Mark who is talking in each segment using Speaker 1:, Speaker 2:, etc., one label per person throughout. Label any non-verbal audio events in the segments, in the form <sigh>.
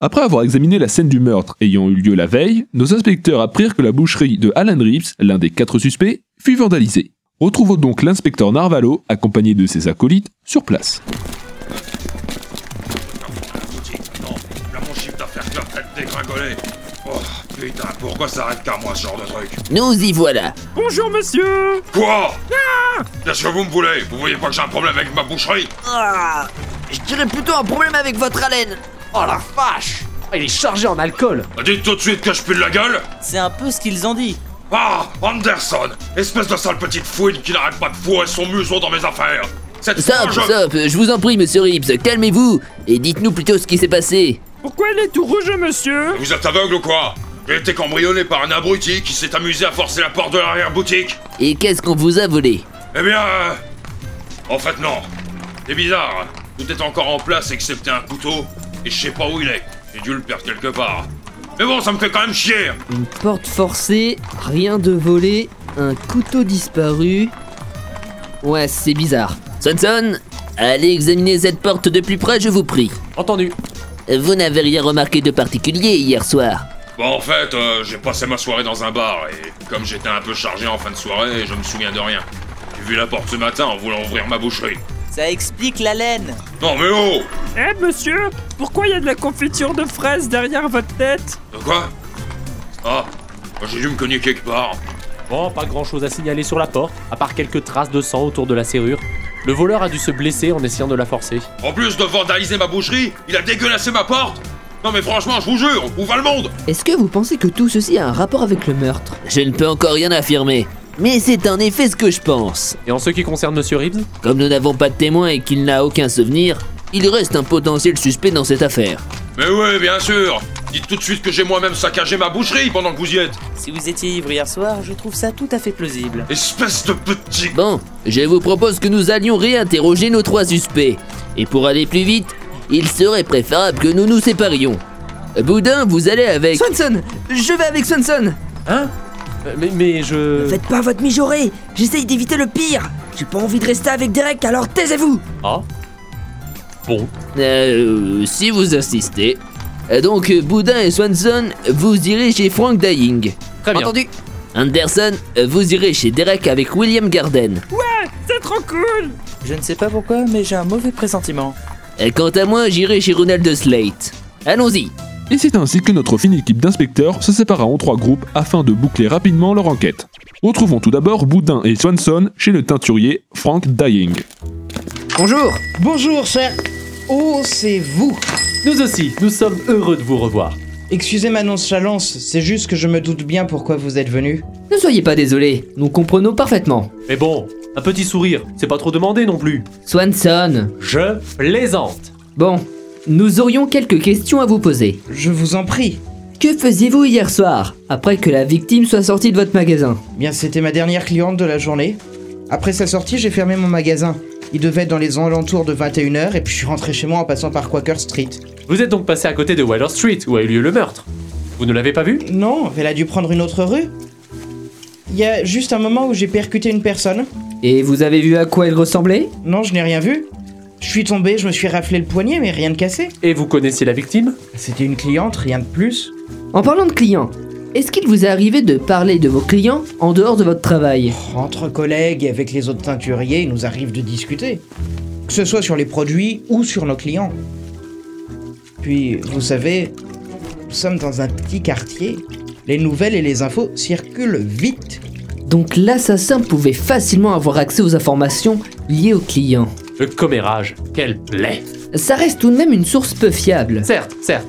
Speaker 1: Après avoir examiné la scène du meurtre ayant eu lieu la veille, nos inspecteurs apprirent que la boucherie de Alan Reeves, l'un des quatre suspects, fut vandalisée. Retrouvons donc l'inspecteur Narvalo, accompagné de ses acolytes, sur place.
Speaker 2: Non, là mon chiffre d'affaires que leur tête dégringolée. Oh putain, pourquoi ça arrête qu'à moi ce genre de truc
Speaker 3: Nous y voilà.
Speaker 4: Bonjour monsieur
Speaker 2: Quoi Qu'est-ce que vous me voulez Vous voyez pas que j'ai un problème avec ma boucherie
Speaker 3: Ah, je dirais plutôt un problème avec votre haleine.
Speaker 5: Oh la vache Oh, Il est chargé en alcool
Speaker 2: Bah, Dites tout de suite que je pue de la gueule
Speaker 6: C'est un peu ce qu'ils ont dit.
Speaker 2: Ah Anderson Espèce de sale petite fouine qui n'arrête pas de fourrer son museau dans mes affaires Cette fois,
Speaker 3: Stop,
Speaker 2: je-
Speaker 3: stop, je vous en prie, monsieur Reeves, calmez-vous et dites-nous plutôt ce qui s'est passé.
Speaker 4: Pourquoi il est tout rouge monsieur
Speaker 2: Vous êtes aveugle ou quoi J'ai été cambriolé par un abruti qui s'est amusé à forcer la porte de l'arrière-boutique
Speaker 3: Et qu'est-ce qu'on vous a volé
Speaker 2: Eh bien... euh, En fait, non. C'est bizarre. Tout est encore en place excepté un couteau. Et je sais pas où il est. J'ai dû le perdre quelque part. Mais bon, ça me fait quand même chier.
Speaker 7: Une porte forcée, rien de volé, un couteau disparu. Ouais, c'est bizarre.
Speaker 3: Sonson, allez examiner cette porte de plus près, je vous prie.
Speaker 5: Entendu.
Speaker 3: Vous n'avez rien remarqué de particulier hier soir.
Speaker 2: Bon, en fait, euh, j'ai passé ma soirée dans un bar. Et comme j'étais un peu chargé en fin de soirée, je me souviens de rien. J'ai vu la porte ce matin en voulant ouvrir ma boucherie.
Speaker 6: Ça explique la laine.
Speaker 2: Non, mais oh
Speaker 4: Eh monsieur Pourquoi il y a de la confiture de fraises derrière votre tête
Speaker 2: De quoi Ah, j'ai dû me cogner quelque part.
Speaker 5: Bon, pas grand chose à signaler sur la porte, à part quelques traces de sang autour de la serrure. Le voleur a dû se blesser en essayant de la forcer.
Speaker 2: En plus de vandaliser ma boucherie, il a dégueulassé ma porte. Non, mais franchement, je vous jure, où va le monde
Speaker 7: Est-ce que vous pensez que tout ceci a un rapport avec le meurtre
Speaker 3: Je ne peux encore rien affirmer. Mais c'est en effet ce que je pense.
Speaker 5: Et en ce qui concerne Monsieur Reeves,
Speaker 3: Comme nous n'avons pas de témoin et qu'il n'a aucun souvenir, il reste un potentiel suspect dans cette affaire.
Speaker 2: Mais oui, bien sûr Dites tout de suite que j'ai moi-même saccagé ma boucherie pendant que vous y êtes
Speaker 6: Si vous étiez ivre hier soir, je trouve ça tout à fait plausible.
Speaker 2: Espèce de petit...
Speaker 3: Bon, je vous propose que nous allions réinterroger nos trois suspects. Et pour aller plus vite, il serait préférable que nous nous séparions. Boudin, vous allez avec...
Speaker 7: Swanson Je vais avec Swanson
Speaker 5: Hein Euh, mais, mais je.
Speaker 8: Faites pas votre mijaurée J'essaye d'éviter le pire J'ai pas envie de rester avec Derek, alors taisez-vous
Speaker 5: Ah Bon.
Speaker 3: Euh, si vous insistez. Euh, Donc, euh, Boudin et Swanson, vous irez chez Frank Dying.
Speaker 5: Très bien.
Speaker 3: Entendu. Anderson, euh, vous irez chez Derek avec William Garden.
Speaker 4: C'est trop cool
Speaker 6: Je ne sais pas pourquoi, mais j'ai un mauvais pressentiment.
Speaker 3: Et Euh, quant à moi, j'irai chez Ronald Slate. Allons-y.
Speaker 1: Et c'est ainsi que notre fine équipe d'inspecteurs se sépara en trois groupes afin de boucler rapidement leur enquête. Retrouvons tout d'abord Boudin et Swanson chez le teinturier Frank Dying.
Speaker 7: Bonjour
Speaker 9: Bonjour, cher. Oh, c'est vous.
Speaker 5: Nous aussi, nous sommes heureux de vous revoir.
Speaker 9: Excusez ma nonchalance, c'est juste que je me doute bien pourquoi vous êtes venu.
Speaker 7: Ne soyez pas désolé, nous comprenons parfaitement.
Speaker 5: Mais bon, un petit sourire, c'est pas trop demandé non plus.
Speaker 7: Swanson
Speaker 5: Je plaisante.
Speaker 7: Bon, nous aurions quelques questions à vous poser.
Speaker 9: Je vous en prie.
Speaker 7: Que faisiez-vous hier soir, après que la victime soit sortie de votre magasin
Speaker 9: Bien, c'était ma dernière cliente de la journée. Après sa sortie, j'ai fermé mon magasin. Il devait être dans les alentours de 21h et puis je suis rentré chez moi en passant par Quaker Street.
Speaker 5: Vous êtes donc passé à côté de Waller Street où a eu lieu le meurtre. Vous ne l'avez pas vu
Speaker 9: Non, elle a dû prendre une autre rue. Il y a juste un moment où j'ai percuté une personne.
Speaker 7: Et vous avez vu à quoi elle ressemblait
Speaker 9: Non, je n'ai rien vu. Je suis tombé, je me suis raflé le poignet, mais rien de cassé.
Speaker 5: Et vous connaissiez la victime
Speaker 9: C'était une cliente, rien de plus.
Speaker 7: En parlant de clients, est-ce qu'il vous est arrivé de parler de vos clients en dehors de votre travail
Speaker 9: Entre collègues et avec les autres teinturiers, il nous arrive de discuter. Que ce soit sur les produits ou sur nos clients. Puis, vous savez, nous sommes dans un petit quartier. Les nouvelles et les infos circulent vite.
Speaker 7: Donc l'assassin pouvait facilement avoir accès aux informations liées aux clients.
Speaker 5: Le commérage, quelle plaie
Speaker 7: Ça reste tout de même une source peu fiable.
Speaker 5: Certes, certes.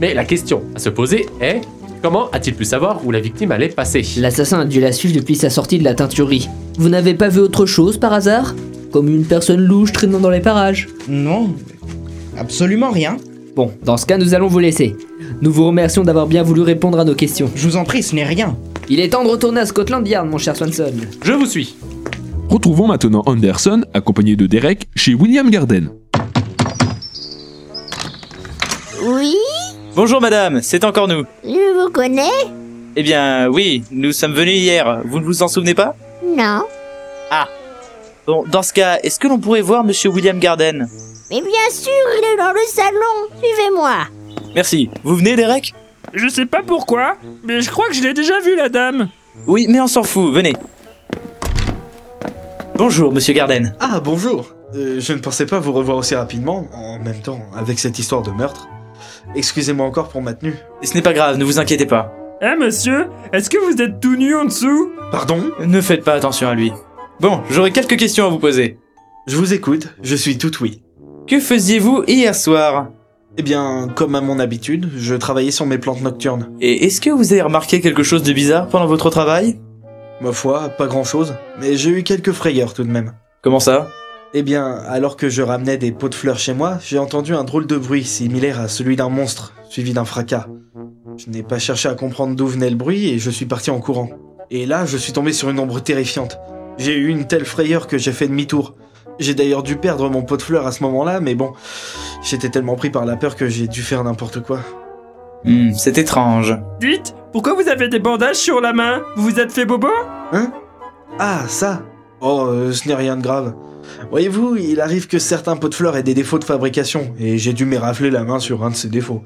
Speaker 5: Mais la question à se poser est comment a-t-il pu savoir où la victime allait passer
Speaker 7: L'assassin a dû la suivre depuis sa sortie de la teinturerie. Vous n'avez pas vu autre chose par hasard Comme une personne louche traînant dans les parages
Speaker 9: Non, absolument rien.
Speaker 7: Bon, dans ce cas, nous allons vous laisser. Nous vous remercions d'avoir bien voulu répondre à nos questions.
Speaker 9: Je vous en prie, ce n'est rien.
Speaker 7: Il est temps de retourner à Scotland Yard, mon cher Swanson.
Speaker 5: Je vous suis.
Speaker 1: Retrouvons maintenant Anderson, accompagné de Derek, chez William Garden.
Speaker 10: Oui
Speaker 6: Bonjour madame, c'est encore nous.
Speaker 10: Je vous connais
Speaker 6: Eh bien oui, nous sommes venus hier, vous ne vous en souvenez pas
Speaker 10: Non.
Speaker 6: Bon, dans ce cas, est-ce que l'on pourrait voir monsieur William Garden
Speaker 10: Mais bien sûr, il est dans le salon. Suivez-moi.
Speaker 6: Merci. Vous venez, Derek
Speaker 4: Je sais pas pourquoi, mais je crois que je l'ai déjà vu, la dame.
Speaker 6: Oui, mais on s'en fout, venez. Bonjour, monsieur Garden.
Speaker 11: Ah, bonjour Euh, Je ne pensais pas vous revoir aussi rapidement, en même temps, avec cette histoire de meurtre. Excusez-moi encore pour ma tenue.
Speaker 6: Ce n'est pas grave, ne vous inquiétez pas.
Speaker 4: Eh monsieur, est-ce que vous êtes tout nu en dessous
Speaker 11: Pardon
Speaker 6: Ne faites pas attention à lui. Bon, j'aurais quelques questions à vous poser.
Speaker 11: Je vous écoute, je suis tout oui.
Speaker 6: Que faisiez-vous hier soir
Speaker 11: Eh bien, comme à mon habitude, je travaillais sur mes plantes nocturnes.
Speaker 6: Et est-ce que vous avez remarqué quelque chose de bizarre pendant votre travail
Speaker 11: Ma foi, pas grand-chose, mais j'ai eu quelques frayeurs tout de même.
Speaker 6: Comment ça
Speaker 11: Eh bien, alors que je ramenais des pots de fleurs chez moi, j'ai entendu un drôle de bruit similaire à celui d'un monstre, suivi d'un fracas. Je n'ai pas cherché à comprendre d'où venait le bruit et je suis parti en courant. Et là, je suis tombé sur une ombre terrifiante. J'ai eu une telle frayeur que j'ai fait demi-tour. J'ai d'ailleurs dû perdre mon pot de fleurs à ce moment-là, mais bon, j'étais tellement pris par la peur que j'ai dû faire n'importe quoi.
Speaker 6: Hmm, c'est étrange.
Speaker 4: Dites, pourquoi vous avez des bandages sur la main Vous vous êtes fait bobo
Speaker 11: Hein Ah, ça Oh, euh, ce n'est rien de grave. Voyez-vous, il arrive que certains pots de fleurs aient des défauts de fabrication, et j'ai dû m'érafler la main sur un de ces défauts.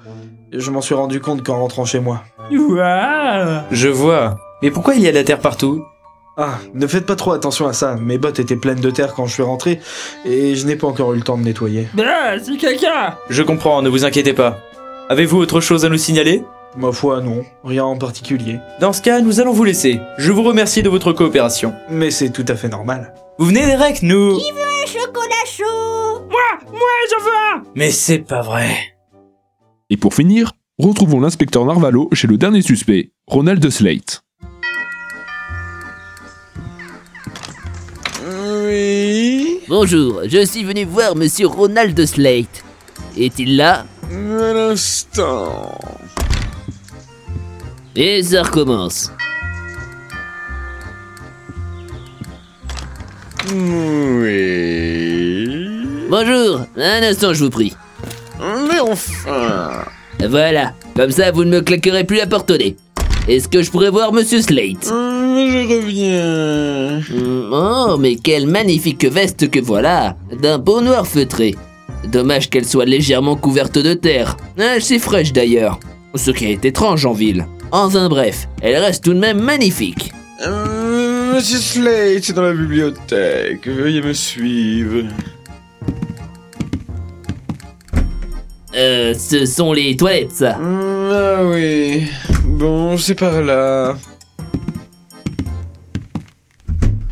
Speaker 11: Je m'en suis rendu compte qu'en rentrant chez moi.
Speaker 4: Ouah
Speaker 6: Je vois. Mais pourquoi il y a de la terre partout
Speaker 11: Ah, ne faites pas trop attention à ça, mes bottes étaient pleines de terre quand je suis rentré, et je n'ai pas encore eu le temps de nettoyer.
Speaker 4: Ah, c'est caca
Speaker 6: Je comprends, ne vous inquiétez pas. Avez-vous autre chose à nous signaler
Speaker 11: Ma foi, non, rien en particulier.
Speaker 6: Dans ce cas, nous allons vous laisser. Je vous remercie de votre coopération.
Speaker 11: Mais c'est tout à fait normal.
Speaker 6: Vous venez, Derek, nous...
Speaker 10: Un chocolat chaud
Speaker 4: Moi, j'en veux un
Speaker 6: Mais c'est pas vrai.
Speaker 1: Et pour finir, retrouvons l'inspecteur Narvalo chez le dernier suspect, Ronald Slate.
Speaker 12: Oui.
Speaker 3: Bonjour, je suis venu voir monsieur Ronald Slate. Est-il là
Speaker 12: Un l'instant.
Speaker 3: Et ça recommence.
Speaker 12: Oui.
Speaker 3: Bonjour, un instant, je vous prie.
Speaker 12: Mais enfin.
Speaker 3: Voilà, comme ça vous ne me claquerez plus la porte au nez. Est-ce que je pourrais voir monsieur Slate
Speaker 12: Hum, Je reviens.
Speaker 3: Hmm, Oh, mais quelle magnifique veste que voilà D'un beau noir feutré. Dommage qu'elle soit légèrement couverte de terre. Ah, C'est fraîche d'ailleurs. Ce qui est étrange en ville. Enfin bref, elle reste tout de même magnifique.
Speaker 12: Hum, Monsieur Slate est dans la bibliothèque. Veuillez me suivre.
Speaker 3: Euh, ce sont les toilettes, ça.
Speaker 12: Hum, Ah oui. Bon, c'est par là.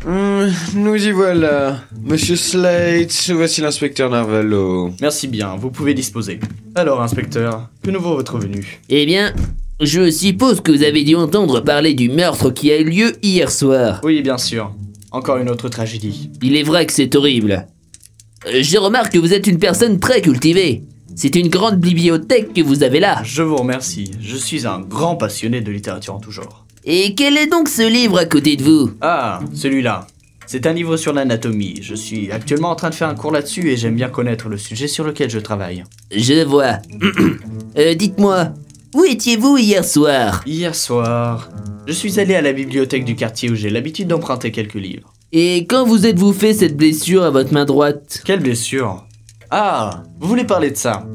Speaker 12: Hum, Nous y voilà. Monsieur Slate, voici l'inspecteur Narvalo.
Speaker 11: Merci bien, vous pouvez disposer. Alors, inspecteur, que nous vaut votre venue
Speaker 3: Eh bien, je suppose que vous avez dû entendre parler du meurtre qui a eu lieu hier soir.
Speaker 11: Oui, bien sûr. Encore une autre tragédie.
Speaker 3: Il est vrai que c'est horrible. Euh, Je remarque que vous êtes une personne très cultivée. C'est une grande bibliothèque que vous avez là.
Speaker 11: Je vous remercie, je suis un grand passionné de littérature en tout genre.
Speaker 3: Et quel est donc ce livre à côté de vous
Speaker 11: Ah, celui-là. C'est un livre sur l'anatomie. Je suis actuellement en train de faire un cours là-dessus et j'aime bien connaître le sujet sur lequel je travaille.
Speaker 3: Je vois. <clears throat> Euh, Dites-moi, où étiez-vous hier soir
Speaker 11: Hier soir, je suis allé à la bibliothèque du quartier où j'ai l'habitude d'emprunter quelques livres.
Speaker 3: Et quand vous êtes-vous fait cette blessure à votre main droite
Speaker 11: Quelle blessure Ah, vous voulez parler de ça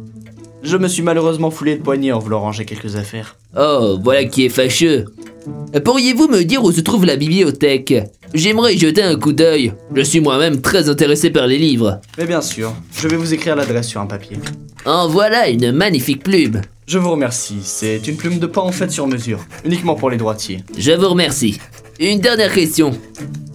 Speaker 11: Je me suis malheureusement foulé le poignet en voulant ranger quelques affaires.
Speaker 3: Oh, voilà qui est fâcheux. Euh, Pourriez-vous me dire où se trouve la bibliothèque J'aimerais y jeter un coup d'œil. Je suis moi-même très intéressé par les livres.
Speaker 11: Mais bien sûr, je vais vous écrire l'adresse sur un papier.
Speaker 3: En voilà une magnifique plume.
Speaker 11: Je vous remercie, c'est une plume de pain en fait sur mesure, uniquement pour les droitiers.
Speaker 3: Je vous remercie. Une dernière question.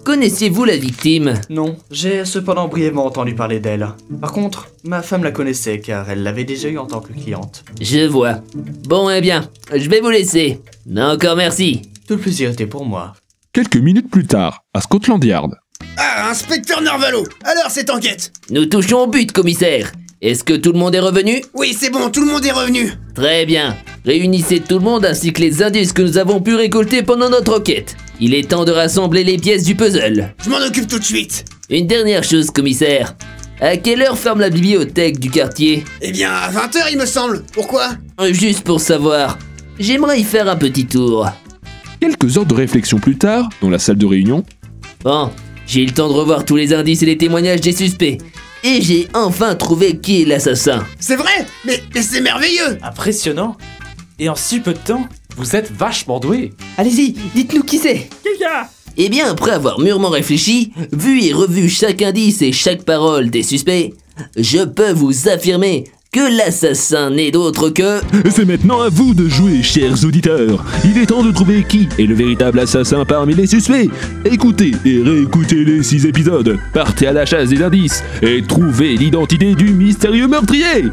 Speaker 3: Connaissiez-vous la victime
Speaker 11: Non, j'ai cependant brièvement entendu parler d'elle. Par contre, ma femme la connaissait car elle l'avait déjà eue en tant que cliente.
Speaker 3: Je vois. Bon, eh bien, je vais vous laisser. Encore merci.
Speaker 11: Tout le plaisir était pour moi.
Speaker 1: Quelques minutes plus tard, à Scotland Yard.
Speaker 13: Ah, inspecteur Norvalo Alors cette enquête
Speaker 3: Nous touchons au but, commissaire. Est-ce que tout le monde est revenu
Speaker 13: Oui, c'est bon, tout le monde est revenu
Speaker 3: Très bien. Réunissez tout le monde ainsi que les indices que nous avons pu récolter pendant notre enquête. Il est temps de rassembler les pièces du puzzle.
Speaker 13: Je m'en occupe tout de suite
Speaker 3: Une dernière chose, commissaire. À quelle heure ferme la bibliothèque du quartier
Speaker 13: Eh bien, à 20h il me semble Pourquoi
Speaker 3: Euh, Juste pour savoir. J'aimerais y faire un petit tour.
Speaker 1: Quelques heures de réflexion plus tard, dans la salle de réunion,
Speaker 3: Bon, j'ai eu le temps de revoir tous les indices et les témoignages des suspects. Et j'ai enfin trouvé qui est l'assassin.
Speaker 13: C'est vrai mais, mais c'est merveilleux
Speaker 5: Impressionnant Et en si peu de temps, vous êtes vachement doué
Speaker 7: Allez-y, dites-nous qui c'est
Speaker 3: Eh bien, après avoir mûrement réfléchi, vu et revu chaque indice et chaque parole des suspects, je peux vous affirmer que l'assassin n'est d'autre que...
Speaker 1: C'est maintenant à vous de jouer, chers auditeurs. Il est temps de trouver qui est le véritable assassin parmi les suspects. Écoutez et réécoutez les six épisodes. Partez à la chasse des indices et trouvez l'identité du mystérieux meurtrier.